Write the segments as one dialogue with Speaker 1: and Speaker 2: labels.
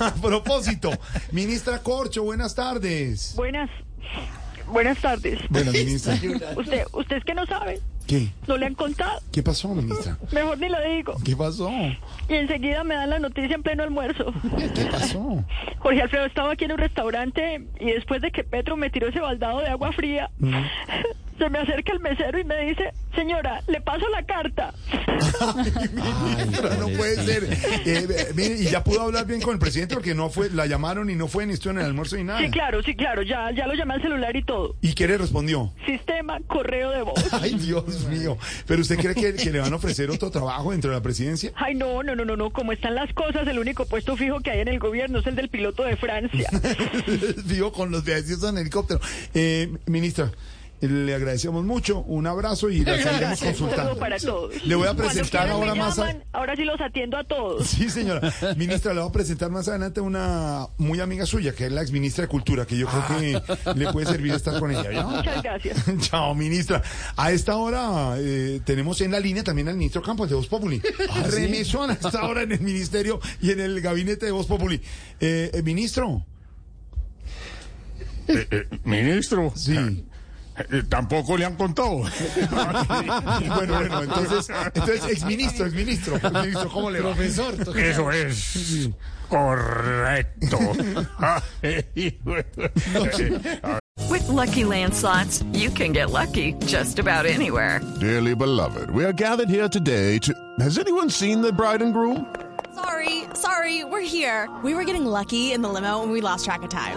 Speaker 1: A propósito, ministra Corcho, buenas tardes.
Speaker 2: Buenas, buenas tardes.
Speaker 1: Buenas, ministra.
Speaker 2: Usted, usted es que no sabe,
Speaker 1: ¿Qué?
Speaker 2: no le han contado,
Speaker 1: ¿Qué pasó, ministra?
Speaker 2: mejor ni lo digo.
Speaker 1: ¿Qué pasó?
Speaker 2: Y enseguida me dan la noticia en pleno almuerzo.
Speaker 1: ¿Qué pasó?
Speaker 2: Jorge Alfredo estaba aquí en un restaurante y después de que Petro me tiró ese baldado de agua fría, se me acerca el mesero y me dice, señora, le paso la carta.
Speaker 1: Ministra, no puede ser. Eh, mire, y ya pudo hablar bien con el presidente porque no fue, la llamaron y no fue ni estuvo en el almuerzo ni nada.
Speaker 2: Sí, claro, sí, claro, ya, ya lo llamé al celular y todo.
Speaker 1: ¿Y qué le respondió?
Speaker 2: Sistema, correo de voz.
Speaker 1: Ay, Dios mío. ¿Pero usted cree que, que le van a ofrecer otro trabajo dentro de la presidencia?
Speaker 2: Ay, no, no, no, no, no, como están las cosas, el único puesto fijo que hay en el gobierno es el del piloto de Francia.
Speaker 1: Digo, con los viajes en helicóptero. Eh, ministra, le agradecemos mucho. Un abrazo y la seguiremos
Speaker 2: Un
Speaker 1: consultando.
Speaker 2: saludo para todos.
Speaker 1: Le voy a
Speaker 2: Cuando
Speaker 1: presentar
Speaker 2: quieran me
Speaker 1: ahora más. a-
Speaker 2: llaman, Ahora sí los atiendo a todos.
Speaker 1: Sí, señora. Ministra, le voy a presentar más adelante una muy amiga suya, que es la exministra de Cultura, que yo creo que le puede servir estar con ella. ¿no?
Speaker 2: Muchas gracias.
Speaker 1: Chao, ministra. A esta hora eh, tenemos en la línea también al ministro Campos de Voz Populi. Remesón hasta ahora en el ministerio y en el gabinete de Voz Populi. Eh, eh, ministro.
Speaker 3: Ministro,
Speaker 1: Sí.
Speaker 3: eh, tampoco le han contado.
Speaker 1: Bueno, bueno, entonces, entonces exministro, exministro. Ministro, ¿cómo le va? Profesor.
Speaker 3: Eso es correcto.
Speaker 4: With Lucky Land slots, you can get lucky just about anywhere.
Speaker 5: Dearly beloved, we are gathered here today to. Has anyone seen the bride and groom?
Speaker 6: Sorry, sorry, we're here. We were getting lucky in the limo and we lost track of time.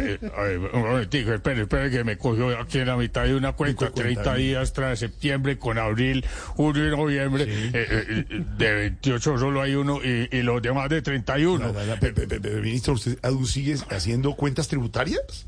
Speaker 3: Ay, un momentico, espere, espere que me cogió aquí en la mitad de una cuenta,
Speaker 1: cuenta,
Speaker 3: 30
Speaker 1: ¿no?
Speaker 3: días tras septiembre con abril, junio y noviembre. Eh, eh, eh, de 28 solo hay uno y, y los demás de 31.
Speaker 1: Ministro, ¿usted aún sigue haciendo cuentas tributarias?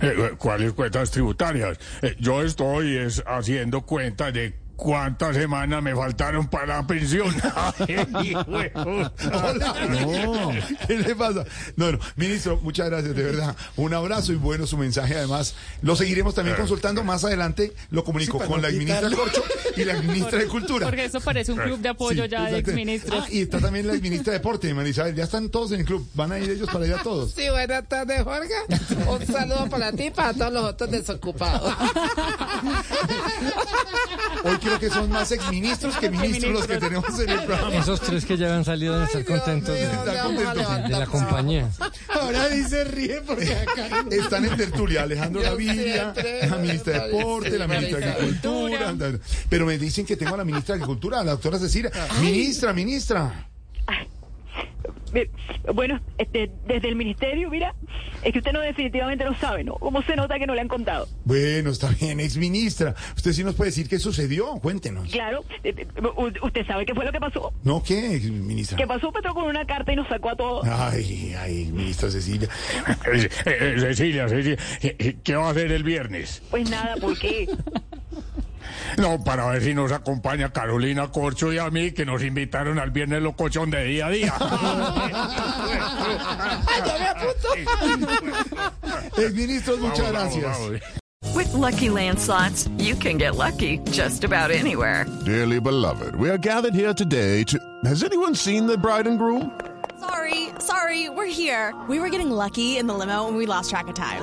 Speaker 3: Eh, eh, ¿Cuáles cuentas tributarias? Eh, yo estoy es, haciendo cuenta de cuántas semanas me faltaron para la pensión.
Speaker 1: Hola. No. ¿Qué le pasa? No, no. Ministro, muchas gracias, de verdad. Un abrazo y bueno su mensaje. Además, lo seguiremos también consultando más adelante. Lo comunico con la ministra Corcho y la ministra de Cultura.
Speaker 7: Porque eso parece un club de apoyo
Speaker 1: Sí,
Speaker 7: ya de
Speaker 1: exacto.
Speaker 7: exministros.
Speaker 1: Ah, y está también la ministra de Deporte, Marisabel. Ya están todos en el club. Van a ir ellos para allá todos.
Speaker 6: Sí, buenas tardes, Jorge. Un saludo para ti y para todos los otros desocupados.
Speaker 1: Hoy creo que son más exministros que ministros los que tenemos en el programa.
Speaker 8: Esos tres que ya habían salido de estar contentos
Speaker 1: Están contentos.
Speaker 8: de la compañía.
Speaker 1: Ahora dice ríe porque acá están en tertulia Alejandro Gaviria, la ministra de Deporte, la ministra de Agricultura. Pero me dicen que tengo a la ministra de Agricultura, a la doctora Cecilia. Ministra, ministra.
Speaker 2: Mire, Bueno, este, desde el ministerio, mira, es que usted no definitivamente no sabe, ¿no? ¿Cómo se nota que no le han contado?
Speaker 1: Bueno, está bien, exministra. Usted sí nos puede decir qué sucedió, cuéntenos.
Speaker 2: Claro, eh, u- usted sabe qué fue lo que pasó.
Speaker 1: ¿No qué, ministra?
Speaker 2: Que pasó Petro con una carta y nos sacó a todos.
Speaker 1: Ah. Ay, ay, ministra Cecilia.
Speaker 3: Eh, eh, Cecilia, Cecilia, eh, eh, ¿qué va a hacer el viernes?
Speaker 2: Pues nada, ¿por qué?
Speaker 3: No, para ver si nos acompaña Carolina Corcho y a mí, que nos invitaron al viernes locochón de día a día.
Speaker 1: Exministros, muchas
Speaker 3: Vamos, vamos,
Speaker 1: gracias.
Speaker 3: vamos.
Speaker 4: With Lucky Land slots, you can get lucky just about anywhere.
Speaker 5: Dearly beloved, we are gathered here today to. Has anyone seen the bride and groom?
Speaker 6: Sorry, sorry, we're here. We were getting lucky in the limo and we lost track of time.